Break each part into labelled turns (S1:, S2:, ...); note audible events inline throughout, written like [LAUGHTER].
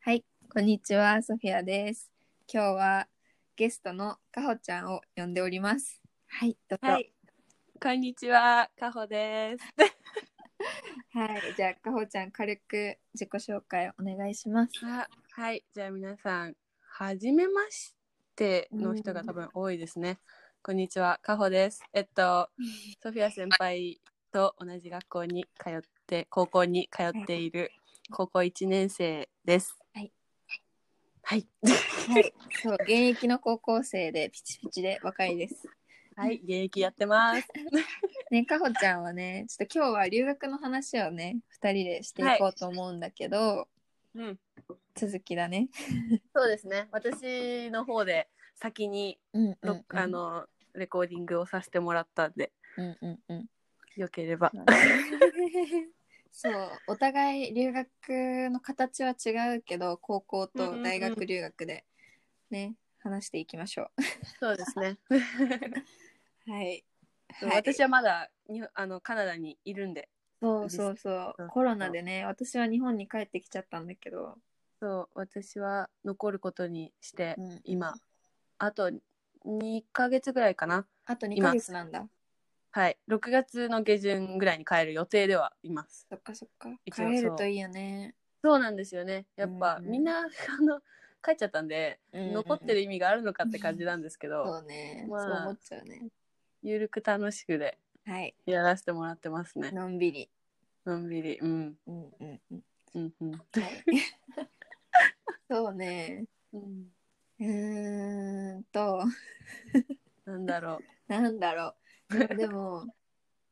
S1: はい、こんにちは、ソフィアです。今日はゲストのかほちゃんを呼んでおります。はい、どうぞ。
S2: は
S1: はい、
S2: い。こんにちは、かほです。
S1: じゃあかほちゃん軽く自己紹介お願いします。
S2: あはい。じゃあ皆さん、はじめましての人が多分多いですね。こんにちは、かほです。えっと、ソフィア先輩と同じ学校に通って、高校に通っている高校1年生です。
S1: はい。
S2: はい。
S1: はい、そう、現役の高校生でピチピチで若いです。
S2: はい。現役やってます。
S1: ね、かほちゃんはね、ちょっと今日は留学の話をね、二人でしていこうと思うんだけど、
S2: うん。
S1: 続きだね。
S2: そうですね。私の方で先に、
S1: うんうん、
S2: どっあ、の、レコーディングをさせてもらったんで、
S1: うんうんうん。
S2: よければ。
S1: [LAUGHS] そうお互い留学の形は違うけど高校と大学留学でね、話していきましょ
S2: そうですね。
S1: うはい、
S2: そう私はまだにあのカナダにいるんで
S1: そうそうそう
S2: そう
S1: コロナでね私は日本に帰ってきちゃったんだけど、
S2: そう私は残ることにして、
S1: うん
S2: 今あと2ヶ月ぐらいかな
S1: あと2
S2: 今
S1: ヶ月なんだ
S2: はい6月の下旬ぐらいに帰る予定ではいます
S1: そっかそっか
S2: 一応
S1: 帰れるといいよね、
S2: そうなんですよねやっぱ、
S1: うんうん
S2: みんなあの [LAUGHS] 帰っちゃったんで、
S1: うん
S2: 残ってる意味があるのかって感じなんですけど、
S1: そうね、
S2: まあ
S1: そう思っちゃうね
S2: ゆるく楽しくで
S1: はい
S2: やらせてもらってますね
S1: のんびり
S2: のんびりうん
S1: うんうんうん
S2: うんうん、
S1: はい [LAUGHS] そうね
S2: うん、
S1: うーんと
S2: なんだろ
S1: [LAUGHS] なんだろ
S2: [LAUGHS]
S1: う。でも、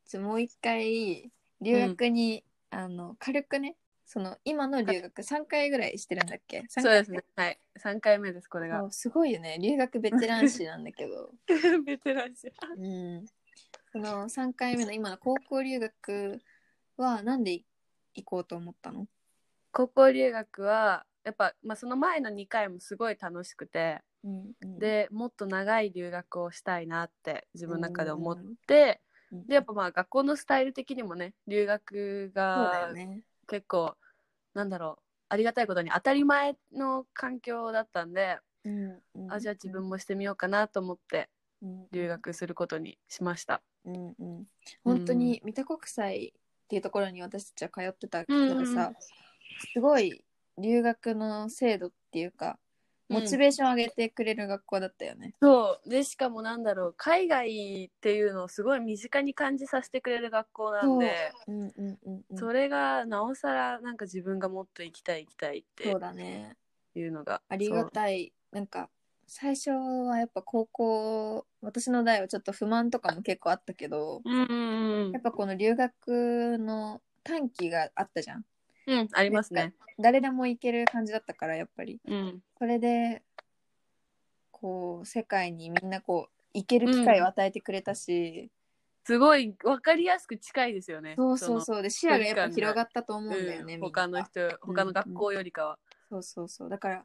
S1: ちょもう一回、留学に、あの、軽くね、その、今の留学3回ぐらいしてるんだっけ
S2: う
S1: 三
S2: そう
S1: 回
S2: ですねはい3回目ですこれが [LAUGHS]
S1: そうすごいよね。留学ベテラン誌なんだけど。
S2: ベテランじゃん
S1: うん。その3回目の今の高校留学は、なんで行こうと思ったの
S2: 高校留学はやっぱ、まあ、その前の2回もすごい楽しくて、
S1: うん、
S2: でもっと長い留学をしたいなって自分の中で思っ
S1: うん
S2: て、
S1: うん
S2: でやっぱまあ学校のスタイル的にもね留学
S1: そうだ
S2: が
S1: よね。
S2: 結構、なんだろうありがたいことに当たり前の環境だったんで、
S1: うん、
S2: あじゃあ自分もしてみようかなと思って
S1: も
S2: 留学することにしました。
S1: うんうん、本当に三田国際っていうところに私たちは通ってたけどさ、
S2: うんうん
S1: すごい留学の制度っていうかモチ
S2: ー
S1: ベーション上げてくれる学校だったよね。
S2: そうでしかもなんだろう海外っていうのをすごい身近に感じさせてくれる学校なんで。
S1: うんうんうんうん、
S2: それがなおさらなんか自分がもっと行きたい行きたいって
S1: そうだね
S2: いうのが
S1: ありがたいなんか最初はやっぱ高校私の代はちょっと不満とかも結構あったけど
S2: そううんうんうん
S1: やっぱこの留学の短期があったじゃん
S2: うんありますね
S1: 誰でも行ける感じだったからやっぱり
S2: うん
S1: それでこう世界にみんなこう行ける機会を与えてくれたし、
S2: すごい分かりやすく近いですよね
S1: そうそうそうで視野がやっぱ広がったと思うん
S2: その
S1: だよね、
S2: うん
S1: みん
S2: 他の
S1: な
S2: 人他の学校よりかは
S1: そうそうそうだから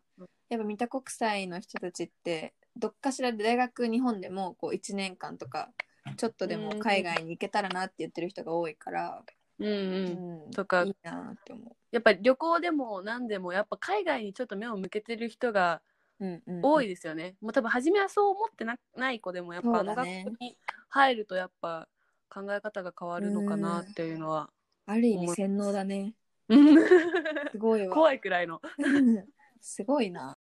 S1: やっぱ三田国際の人たちってどっかしらで大学日本でもこう1年間とかちょっとでも海外に行けたらなって言ってる人が多いから、
S2: うん
S1: う
S2: う
S1: ん
S2: んとか
S1: いいなって思
S2: やっぱり旅行でも何でもやっぱ海外にちょっと目を向けてる人が
S1: う、うんうんうん、
S2: 多いですよねもう多分初めはそう思ってなない子でもやっぱあ
S1: そ
S2: の
S1: うだ
S2: 学
S1: ね
S2: 校に入るとやっぱ考え方が変わるのかなっていうのは
S1: ある意味洗脳だね
S2: うん
S1: すごいわ
S2: [LAUGHS] 怖いくらいの
S1: [LAUGHS] すごいな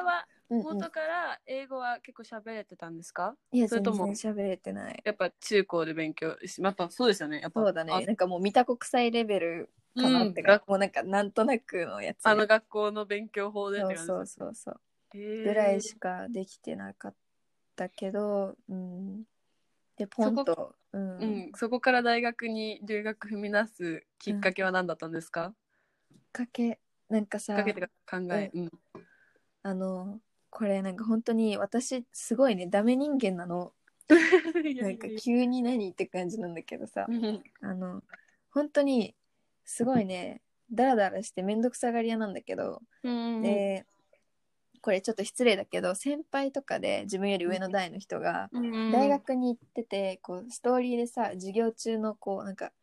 S1: うんうん
S2: 元から英語は結構喋れてたんですか
S1: いや
S2: それ
S1: 全
S2: と
S1: 然
S2: も
S1: 喋れてない
S2: やっぱ中高で勉強しやっぱそうですよねやっぱ
S1: そうだ
S2: あ
S1: ね。なんかもう見た国際レベルか
S2: う
S1: なっ
S2: ん
S1: て
S2: が
S1: か、もうなんかなんとなくのやつ、
S2: あの学校の勉強法で
S1: そうそうそうそう。ぐ
S2: ぐ
S1: らいしかできてなかったけど、うん。で、ポン
S2: そ
S1: と、うん、
S2: うん、そこから大学に留学踏み出すきっかけは何だったんですか、
S1: かけ、なんか
S2: きっ
S1: さ
S2: か、けとか考え、うん
S1: あの、これなんか本当に私すごいね、ダメ人間なの。
S2: いや
S1: ないんか
S2: やいや
S1: 急に何って感じなんだけどさ、
S2: うん
S1: あの、本当にすごいね、ダラダラしてめんどくさがり屋なんだけど、
S2: うん
S1: でこれちょっと失礼だけど先輩とかで自分より上の代の人が
S2: うん
S1: 大学に行っててこうストーリーでさ授業中のこうなんか、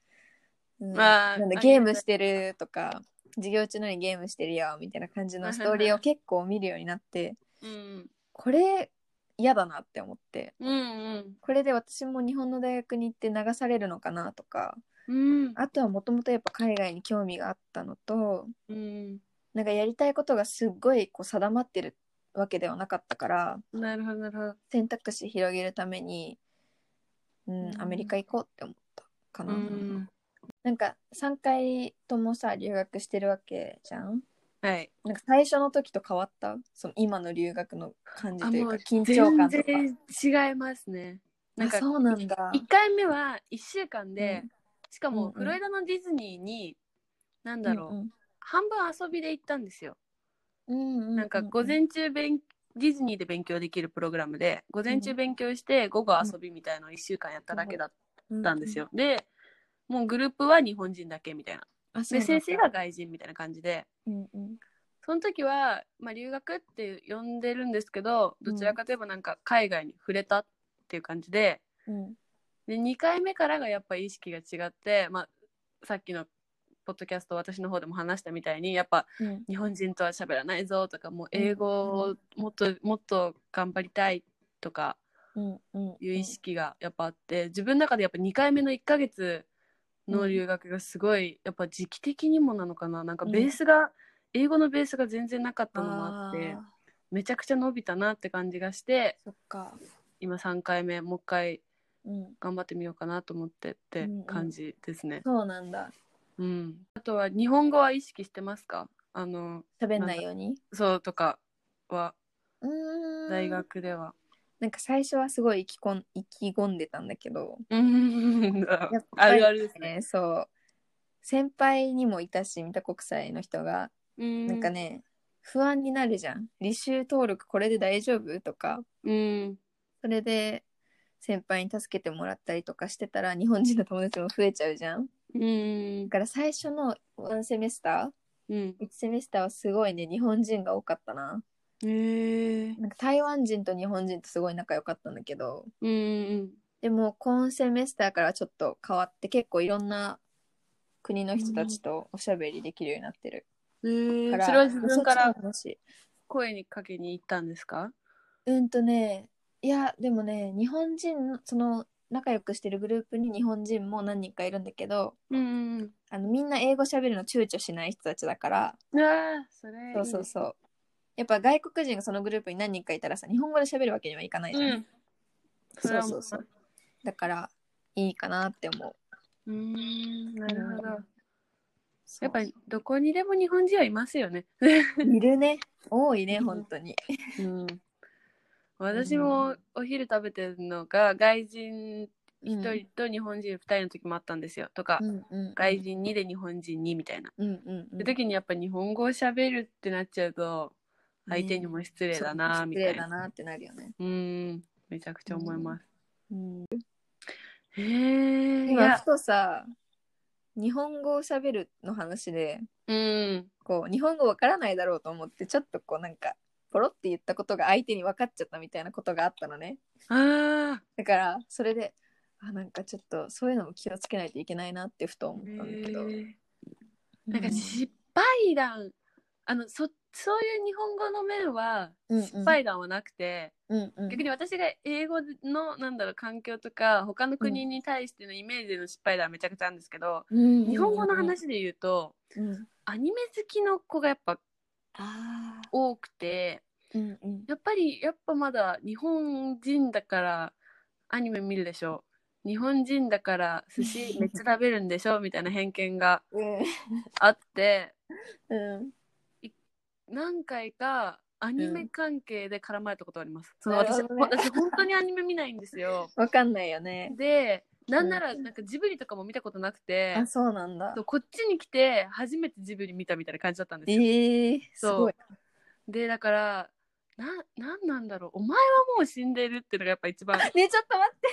S1: うん
S2: あー
S1: なんだ
S2: あ
S1: ゲームしてるとか授業中のにゲームしてるよみたいな感じのストーリーを結構見るようになって
S2: うん
S1: これ嫌だなって思って
S2: うん
S1: これで私も日本の大学に行って流されるのかなとか
S2: うん
S1: あとはもともとやっぱ海外に興味があったのと
S2: うん
S1: なんかやりたいことがすっごいこう定まってるわけではなかったから
S2: なるほどなるほど
S1: 選択肢広げるために、う、
S2: うんん
S1: アメリカ行こうって思ったかな、
S2: うん
S1: なんか3回ともさ留学してるわけじゃん
S2: はい
S1: なんか最初の時と変わったその今の留学の感じ
S2: あ
S1: という
S2: も
S1: か
S2: う
S1: 緊張感とか
S2: 全然違いますねなん
S1: あ
S2: か
S1: そうなんだ
S2: 1回目は1週間で、
S1: う
S2: しか
S1: うんう
S2: も
S1: ん
S2: フロリダのディズニーに、なんだろう、
S1: うん
S2: 半分遊びで行ったんですよ、
S1: うんうう
S2: なんか午前中勉ディズニーで勉強できるプログラムで午前中勉強して午後遊びみたいのを1週間やっただけだっ
S1: だった
S2: んですよ、でもうグループは日本人だけみたいな
S1: あそう
S2: で
S1: なんだ
S2: 先生が外人みたいな感じで
S1: うんうん
S2: その時は、まあ、留学って呼んでるんですけどどちらかといえばなんか海外に触れたっていう感じで、
S1: うん
S2: で2回目からがやっぱ意識が違って、まあ、さっきのポッドキャスト私の方でも話したみたいにやっぱ
S1: うん
S2: 日本人とは喋らないぞとかもう英語をもっともっと頑張りたいとか
S1: うんうん
S2: いう意識がやっぱあって自分の中でやっぱ2回目の1ヶ月の留学がすごいやっぱ時期的にもなのかななんかベースが英語のベースが全然なかったのもあ
S1: あ
S2: って
S1: ー
S2: めちゃくちゃ伸びたなって感じがして
S1: そっか
S2: 今3回目もう一回
S1: うん
S2: 頑張ってみようかなと思ってって感じですね。
S1: そうなんだ
S2: うん、あとは日本語は意識してますかあの
S1: 喋んないように
S2: そうとかは
S1: うーん
S2: 大学では。
S1: なんか最初はすごい意気こん意気込んでたんだけど、
S2: うん、あ
S1: やっぱり
S2: るあるですね。
S1: ね、そう先輩にもいたし三田国際の人が、
S2: な
S1: なんか、ね不安になるじゃん履修登録これで大丈夫とか
S2: うん、
S1: それで先輩に助けてもらったりとかしてたら日本人の友達も増えちゃうじゃん
S2: うん
S1: だ、から最初の1セメスタ
S2: うん、
S1: ー1セメスターはすごいね日本人が多かったな
S2: ええ、
S1: なんか台湾人と日本人とすごい仲良かったんだけど
S2: うん、
S1: でも今セメスターからちょっと変わって結構いろんな国の人たちとおしゃべりできるようになってる
S2: ええ
S1: か、ら、
S2: それは自分か
S1: そっ
S2: ら
S1: ちの話
S2: 声にかけに行ったんですか。
S1: うんとねいやでもね日本人その仲良くしてるグループに日本人も何人かいるんだけど
S2: うん、
S1: あのみんな英語しゃべるの躊躇しない人たちだから
S2: ああ、それ。
S1: そうそうそうやっぱ外国人がそのグループに何人かいたらさ日本語でしゃべるわけにはいかないじゃん、
S2: うん、そ
S1: そ
S2: れ
S1: う
S2: はも
S1: そうそうだからいいかなって思う
S2: うん、なるほど。
S1: そう
S2: やっぱりどこにでも日本人はいますよね。
S1: いるね多いね
S2: うん
S1: 本当に
S2: うん、私もお昼食べてるのが外人
S1: 一
S2: 1人と日本人2人の時もあったんですよとか、
S1: うんうん
S2: 外人2で日本人2みたいな、
S1: うんうんうん
S2: で時にやっぱ日本語をしゃべるってなっちゃうと
S1: ね
S2: 相手にも失礼だなみ
S1: 失
S2: た
S1: 礼
S2: い
S1: だ
S2: な
S1: なってなるよね、
S2: うんめちゃくちゃ思います、
S1: うん、
S2: へえい
S1: 今
S2: や
S1: ふとさ日本語をしゃべるの話で
S2: うん
S1: こう日本語わからないだろうと思ってちょっとこうなんかポロって言ったことが相手に分かっちゃったみたいなことがあったのね
S2: あ
S1: だからそれであなんかちょっとそういうのも気をつけないといけないなってふと思っ
S2: ー
S1: たんだけど、
S2: へーなんか失敗談あのそそういう日本語の面は
S1: うんうん
S2: 失敗談はなくて、
S1: うんうん
S2: 逆に私が英語のなんだろう環境とか他の国に対してのイメージの失敗談はめちゃくちゃあるんですけど、
S1: うん
S2: 日本語の、話で言うと
S1: うん、
S2: アニメ好きの子がやっぱ
S1: ああ
S2: 多くて
S1: うんうん
S2: やっぱりやっぱまだ日本人だからアニメ見るでしょ日本人だから
S1: [LAUGHS]
S2: 寿司めっちゃ食べるんでしょみたいな偏見があって
S1: うん
S2: 何回かアニメ関係で絡まれたことあります。その
S1: なる
S2: 私
S1: ほどね
S2: 私本当にアニメ見ないんですよ。
S1: わかんないよね
S2: でなんならなんかジブリとかも見たことなくて、
S1: あそうなんだ
S2: そうこっちに来て初めてジブリ見たみたいな感じだったんですよ。
S1: ええー、すごい
S2: でだからななんなんだろうお前はもう死んでるっていうのがやっぱ一番 [LAUGHS]
S1: [LAUGHS] ねちょっと待って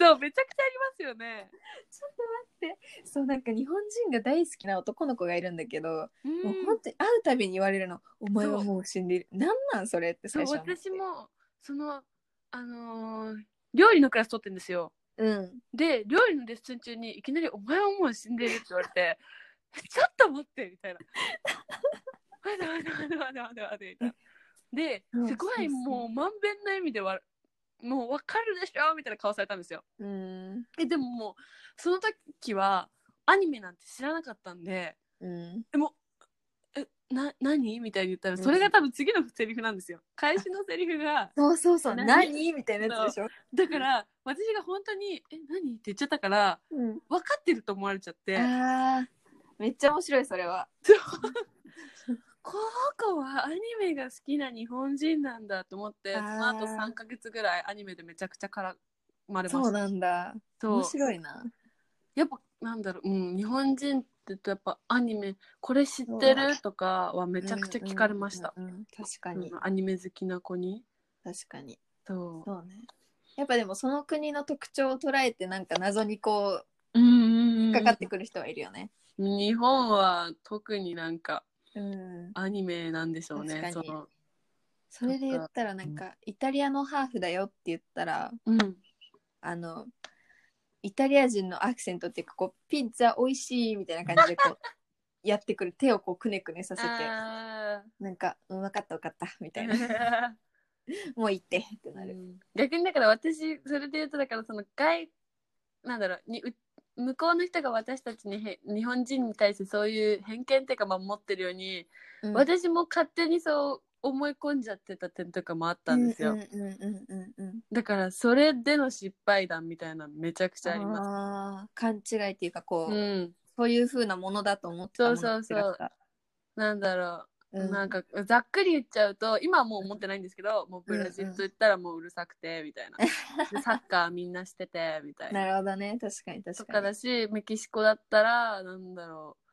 S2: そうめちゃくちゃありますよね。
S1: ちょっと待ってそうなんか日本人が大好きな男の子がいるんだけど、
S2: う
S1: もうん本当に会うたびに言われるの「お前はもう死んでいる」なんなんそれって最
S2: そう
S1: 初思って
S2: 私もそのあのー料理のクラス取ってるんですよ。
S1: うん
S2: で料理のレッスン中にいきなり「お前はもう死んでる」って言われて [LAUGHS] ちょっと待ってみた
S1: [LAUGHS]
S2: いな。待て待て待て待て待て待てみたいな。で
S1: うん、
S2: すご
S1: そう
S2: い
S1: そう
S2: もうまんべんな意味でわもうわかるでしょみたいな顔されたんですよ。
S1: うん。
S2: えでももうその時はアニメなんて知らなかったんで
S1: うん。
S2: えな何みたいに言ったら
S1: うん
S2: それが多分次のセリフなんですよ。返しのセリフが
S1: そうそうそう。
S2: 何
S1: 何みたいなやつでしょ。
S2: だから私が本当に「え何?」って言っちゃったから
S1: うん。
S2: 分かってると思われちゃって。
S1: ああ。めっちゃ面白い、それは。
S2: この子はアニメが好きな日本人なんだと思って
S1: あ
S2: そ
S1: ー
S2: の後3ヶ月ぐらいアニメでめちゃくちゃ絡まれました
S1: そうなんだ。
S2: そう
S1: 面白いな。
S2: やっぱなんだろう、うん、日本人って言うとやっぱアニメこれ知ってるとかはめちゃくちゃ聞かれました、
S1: うんうんうんうん確か
S2: う
S1: に
S2: ん。アニメ好きな子に
S1: 確かに。
S2: そ
S1: そうね。やっぱでもその国の特徴を捉えてなんか謎にこ
S2: ううん
S1: うかかってくる人はいるよね。
S2: 日本は特になんか
S1: うん。
S2: アニメなんでしょうね
S1: 確か
S2: そ
S1: に
S2: の
S1: それで言ったらなんかイタリアのハーフだよって言ったら
S2: うん
S1: あのイタリア人のアクセントっていうかこうピッツァ美味しいみたいな感じでこ
S2: [LAUGHS]
S1: うやってくる手をこうくねくねさせて
S2: あ
S1: なんか「うん分かった分かった」みたいな
S2: [LAUGHS] ー
S1: 「もう行って」ってなる。
S2: 逆にだから私それで言うとだからその外なんだろうにう向こうの人が私たちにへ日本人に対してそういう偏見っていうかまあ持ってるように、
S1: うん
S2: 私も勝手にそう思い込んじゃってた点とかもあったんですよ、
S1: うんうんうんうんうん
S2: だからそれでの失敗談みたいなのめちゃくちゃあります
S1: あー勘違いっていうかこう、
S2: うん
S1: そういう風なものだと思ってたもの
S2: そうそうそう
S1: 違った
S2: なんだろう、
S1: うん
S2: なんかざっくり言っちゃうと今はもう思ってないんですけどもうブラジルと言ったらもううるさくてみたいな、でサッカーみんなしててみたいな
S1: なるほどね確かに
S2: と
S1: 確
S2: か
S1: かに
S2: だしメキシコだったらなんだろう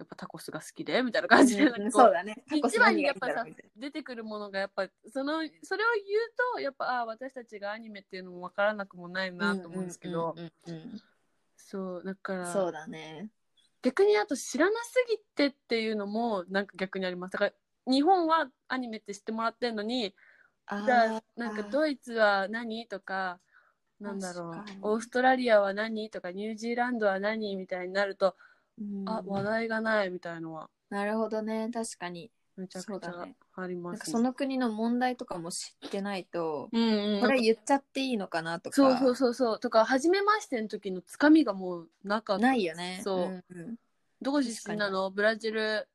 S2: やっぱタコスが好きでみたいな感じで、
S1: うん
S2: なんかこ
S1: そうだねタコス
S2: 一番
S1: 何
S2: に
S1: が
S2: や
S1: い
S2: っ
S1: いん
S2: ぱ
S1: だろ
S2: さ
S1: うみたい
S2: 出てくるものがやっぱそのそれを言うとやっぱああ私たちがアニメっていうのも分からなくもない
S1: な
S2: なと思うんですけど、
S1: うんうんうんうん
S2: そうだから
S1: そうだね
S2: 逆にあと知らなすぎてっていうのもなんか逆にありますだから日本はアニメって知ってもらってるのに
S1: あ
S2: じゃ
S1: ー
S2: あなんかドイツは何とかなんだろう
S1: 確かに
S2: オーストラリアは何とかニュージーランドは何みたいになると
S1: うん
S2: あ話題がないみたいのは
S1: なるほどね確かに
S2: めちゃ
S1: そ
S2: く
S1: う
S2: ち
S1: だ
S2: ゃ
S1: ね
S2: ありま
S1: なんか
S2: す
S1: そ
S2: ね。
S1: の国の問題とかも知ってないと、
S2: うんうん
S1: これ言っちゃっていいのかなとか
S2: そうそうそうそうとか初めましての時のつかみがもうなかった
S1: ないよね
S2: そう、
S1: んうん
S2: どこ出身なのブラジル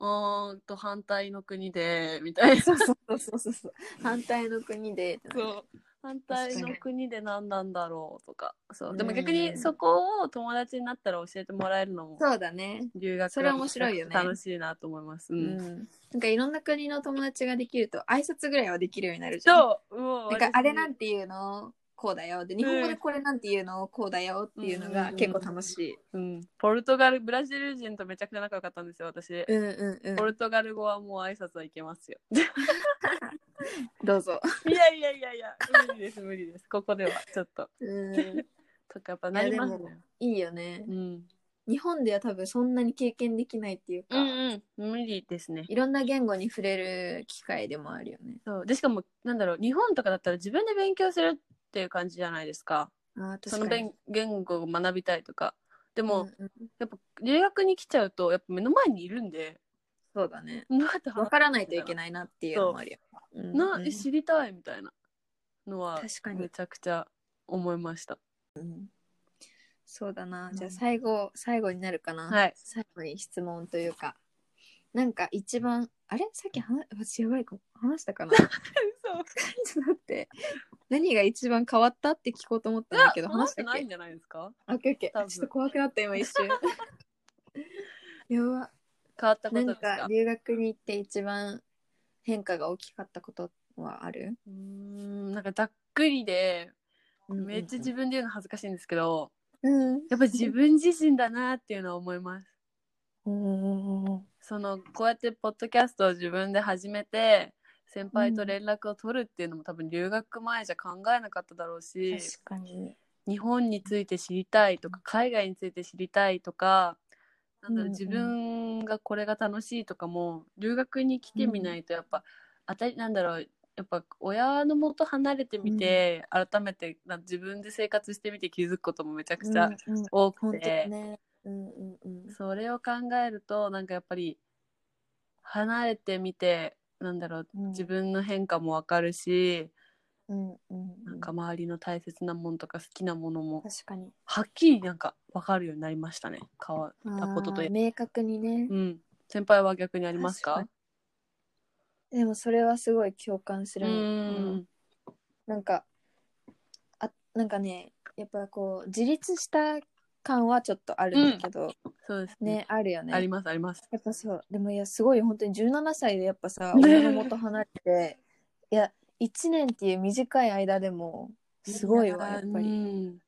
S2: うーんと反対の国でみたいな
S1: そうそうそうそうそう反対の国でってなる
S2: そう反対の国で何なんだろうとかそうでも
S1: うん
S2: 逆にそこを友達になったら教えてもらえるのも
S1: そうだね
S2: 留学
S1: それ面白いよね
S2: 楽しいなと思います、う
S1: うんんなんかいろんな国の友達ができると挨拶ぐらいはできるようになるじゃん。
S2: そうもう
S1: なんかあれなん
S2: て
S1: ていうのこうだよで日本語でこれなんていうのこうだよっていうのが結構楽しい。
S2: うん、ポルトガルブラジル人とめちゃくちゃ仲良かったんですよ私、
S1: うんうんう
S2: ポ
S1: ん。
S2: ルトガル語はもう挨拶はいけますよ
S1: どうぞ。
S2: いやいやいやいや無理です無理ですここではちょっと
S1: [LAUGHS] うん、
S2: とかやっぱなりますね
S1: いいよね
S2: う。ん
S1: 日本では多分そんなに経験できないっていうか、
S2: うんうん無理ですね
S1: いろんな言語に触れる機会でもあるよね。
S2: そうでしかもなんだろう日本とかだったら自分で勉強するっていう感じじゃないですか
S1: あー
S2: その
S1: 確かに
S2: 勉言語を学びたいとかでも、
S1: うんうん
S2: やっぱ留学に来ちゃうとやっぱ目の前にいるんで [LAUGHS]
S1: そうだね。
S2: なんか
S1: わからないといけないなっていうのもあるよ。うんうん
S2: な知りたいみたいなのは
S1: 確かに
S2: め。ちゃくちゃ思いました
S1: そうだな。
S2: うん
S1: じゃあ最後、最後になるかな。
S2: はい
S1: 最後に質問というか。なんか一番、あれさっき話、私やばいかも、話したかな [LAUGHS] ちょっと待って。何が一番変わったって聞こうと思ったんだけど、
S2: 話
S1: 話
S2: し
S1: してたっ
S2: ないん
S1: け
S2: じゃないですか
S1: オッケーオッケ
S2: 多
S1: ー。
S2: 分
S1: ちょっと怖くなった今一
S2: [LAUGHS]
S1: 瞬。やば。
S2: 変わったことで
S1: 何
S2: すか
S1: か留学に行って一番変化が大きかったことはある
S2: うーんなんかざっくりでめっちゃ自分で言うの恥ずかしいんですけど、
S1: うん。
S2: やっぱ自分自身だなっていうのは思い [LAUGHS] ます
S1: うん。
S2: そのこうやってポッドキャストを自分で始めて先輩と連絡を取るっていうのも多分留学前じゃ考えなかっただろうし
S1: 確かに。
S2: 日本について知りたいとか海外について知りたいとかなんだ
S1: うん
S2: ろう
S1: うん
S2: 自分がこれが楽しいとかも留学に来てみないとやっぱあたりなんだろうやっぱ親の元離れてみて、改めてな自分で生活してみて気づくこともめちゃくちゃ
S1: うんうん
S2: [LAUGHS] 多く
S1: 本当
S2: て、
S1: だね。うんうんうん。
S2: それを考えるとなんかやっぱり離れてみてなんだろう
S1: うん
S2: 自分の変化もわかるし、
S1: うんうんう
S2: なん
S1: ん。
S2: か周りの大切なものとか好きなものも
S1: 確かに。
S2: はっきりなんかわかるようになりましたね変わったことと
S1: あ
S2: い
S1: ー
S2: えば
S1: 明確にね
S2: う。ん先輩は逆にありますか
S1: 確でもそれはすごい共感す
S2: う
S1: るの。
S2: ん
S1: なんか、あ、なんかね、やっぱこう、自立した感はちょっとあるんだけど、
S2: そうです
S1: ね、あるよね。
S2: ありますあります
S1: やっぱそう。でもいや、すごい本当に17歳でやっぱさ、
S2: ね
S1: 親の元離れて、いや、1年っていう短い間でも、すごいわ、やっぱ
S2: う
S1: り。
S2: ん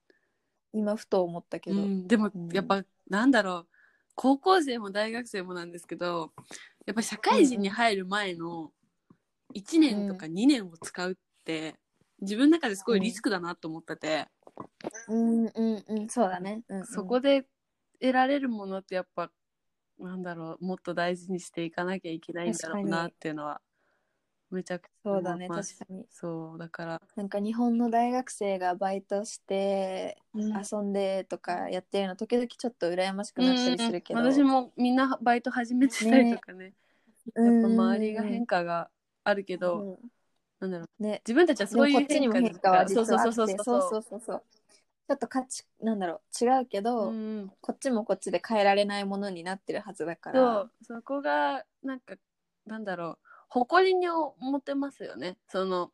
S1: 今、ふと思ったけ
S2: う
S1: ど。
S2: ん、でも
S1: うん
S2: やっぱなんだろう高校生も大学生もなんですけどやっぱ社会人に入る前の1年とか2年を使うって自分の中ですごいリスクだなと思ってて、
S1: うんうんうん、そうだね。うんうん、
S2: そこで得られるものってやっぱなんだろうもっと大事にしていかなきゃいけないんだろうなっていうのはめちゃくちゃ
S1: そうだ
S2: 思
S1: ね、
S2: い
S1: 確
S2: ます
S1: かに。
S2: そうだから、
S1: なんか日本の大学生がバイトして
S2: うん
S1: 遊んでとかやってるの時々ちょっと羨ましくなったりするけど、
S2: うん私もみんなバイト始めてたりとかね
S1: うん
S2: やっぱ周りが変化があるけど、
S1: うん
S2: なんだろう
S1: ね
S2: 自分たちはそうい
S1: でもこ
S2: う
S1: っちに
S2: 変
S1: も
S2: 化
S1: 変化は実はあって
S2: そ
S1: そうう
S2: そう
S1: そ
S2: そう
S1: うそうそうちょっと価値なんだろう違うけ
S2: そう
S1: ど、
S2: うん
S1: こっちもこっちで変えられないものになってるはずだから
S2: そうそこがなんかなんだろう誇りに思ってますよねその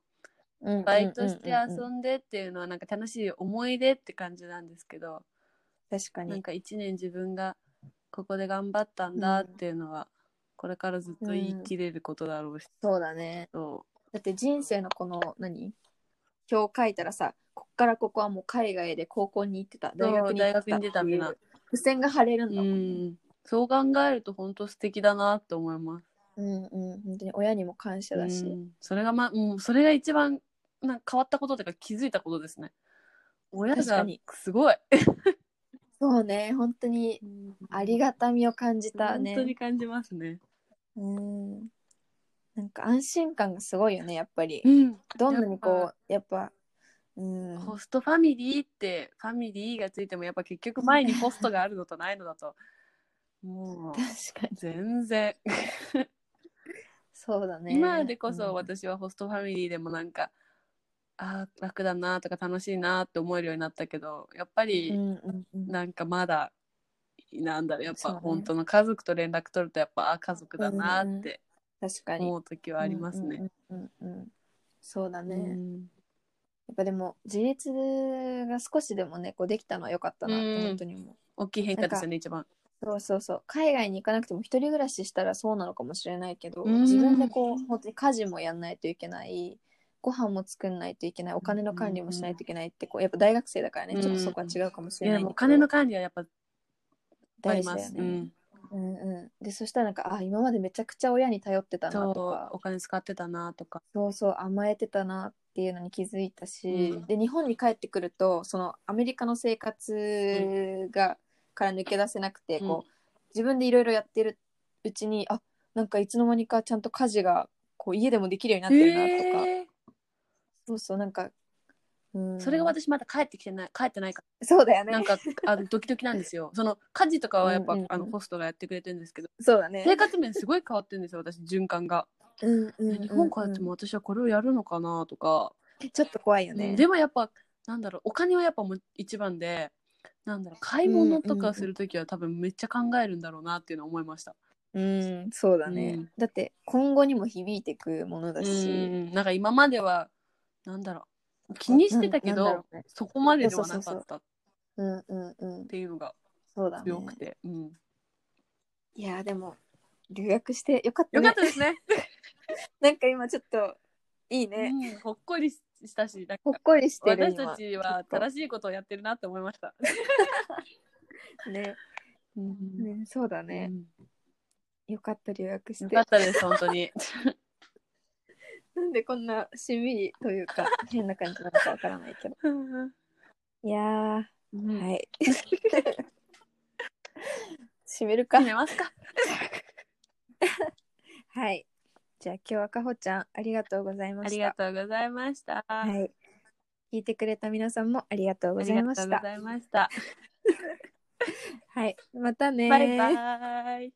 S1: うんうんうんうん
S2: バイトして遊
S1: うん
S2: んでっていうのはなんか楽しい思い出って感じなんですけど、
S1: 確か
S2: なん
S1: に
S2: か一年自分がここで頑張ったんだっていうのは、これからずっと言い切れることだろうし、
S1: そうだね
S2: そ
S1: だって人生のこの何表書いたらさこっからここはもう海外で高校に行ってた大学に行って
S2: 大学に
S1: た
S2: 行ってたみんな
S1: 付箋が貼れる
S2: うん
S1: だもんね、
S2: そう考えると本当素敵だなって思います。
S1: うんうん、本当に親にも感謝だし、
S2: うん、それがまもうそれが一番なんか変わったことというか気づいたことですね親
S1: 確か
S2: が
S1: に
S2: すごい、
S1: そうね本当にありがたみを感じた
S2: 本当に
S1: ね
S2: 感じますね
S1: うんなんか安心感がすごいよねやっぱり
S2: うん
S1: どんなにこうやっぱうん
S2: ホストファミリーってファミリーがついてもやっぱ結局前にホストがあるのとないのだともう
S1: 確かに
S2: 全然
S1: そうだね
S2: 今でこそ
S1: うん
S2: 私はホストファミリーでもなんか、あー楽だなとか楽しいなって思えるようになったけどやっぱ
S1: う
S2: り
S1: んうんうん
S2: なんかまだなんだろうやっ
S1: そう
S2: ぱ
S1: ね
S2: 本当の家族と連絡取るとやっぱあー家族だなって
S1: 確かに
S2: 思う時はありますね。
S1: うんうんうんうんそうだね、
S2: う
S1: や
S2: ん
S1: っぱでも自立が少しでもねこうできたのは良かったなって
S2: うん
S1: 本当に思う
S2: 大きい変化ですよね一番。
S1: そうそうそう海外に行かなくても一人暮らししたらそうなのかもしれないけど、
S2: うん
S1: 自分でこう本当に家事もやんないといけないご飯も作んないといけないお金の管理もしないといけないってこうやっぱ大学生だからね、
S2: うん
S1: ちょっとそこは違うかもし
S2: い
S1: れ
S2: や
S1: な
S2: で
S1: いんだけど
S2: もお金の管理はやっぱあ
S1: 大
S2: り
S1: 事
S2: ま
S1: だよ
S2: す。
S1: ね、
S2: うん、
S1: うんうんでそしたらなんかあ今までめちゃくちゃ親に頼ってた
S2: そ
S1: なと
S2: う
S1: か
S2: お金使ってたなとか。
S1: そうそう甘えてたなっていうのに気づいたし、
S2: うん
S1: で日本に帰ってくるとそのアメリカの生活が、から抜け出せなくてこう、自分でいろいろやってるうちにあなんかいつの間にかちゃんと家事がこう家でもできるようになってるなとか、
S2: え
S1: そうそうなんか、うん、
S2: ーそれが私まだ帰ってきてない帰ってないか
S1: そうだよ
S2: らなん
S1: ね
S2: かあのドキドキなんです
S1: [LAUGHS]
S2: よ。その家事とかはやっぱ、
S1: うんうんうん
S2: あのホストがやってくれてるんですけど
S1: そうだね
S2: 生活面すごい変わってるんですよ私循環が。
S1: うんうんうんうん
S2: 日本帰っても私はこれをやるのかなとか。
S1: ちょっと怖いよね、
S2: うんでもやっぱなんだろうお金はやっぱもう一番でなんだろう買い物とかするときは多分めっちゃ考えるんだろうなっていうのは思いました、
S1: うんそうだね、
S2: うん
S1: だって今後にも響いてくものだ
S2: う
S1: し、
S2: ん、なんか今まではなんだろう気にしてた
S1: な
S2: け
S1: んだろ
S2: ど
S1: うね
S2: そこまでではなかったっ
S1: うんうんうん
S2: ていうのが
S1: そうだね
S2: 強くて、うん、
S1: いやでも留学してよかった
S2: よ
S1: ね
S2: かったですね
S1: [LAUGHS] なんか今ちょっといいね、
S2: うん、ほっこりしたしなん
S1: ほっ
S2: か
S1: こりしてる
S2: 私
S1: 今
S2: たちは正しいことをやってるなって思いました、
S1: ね
S2: うん
S1: ね [LAUGHS] そうだね、よかった留学し
S2: よ
S1: て
S2: かったです本当
S1: [LAUGHS]
S2: に
S1: なんでこんなしんみりという [LAUGHS] か変な感じなのかわからないけどいやー、
S2: うん
S1: はい [LAUGHS] 締めるか
S2: 閉めますか
S1: はいじゃあ今日はかほちゃんありがとうございま
S2: あり
S1: し
S2: が
S1: た
S2: とうございました。あ
S1: はい聞いてくれた皆さんもありがとうご
S2: り
S1: ざ
S2: が
S1: い
S2: と
S1: ま
S2: うご
S1: した
S2: ざいました。
S1: はい。またね
S2: バイバイ。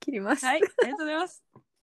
S1: 切ります。
S2: はい、ありがとうございます。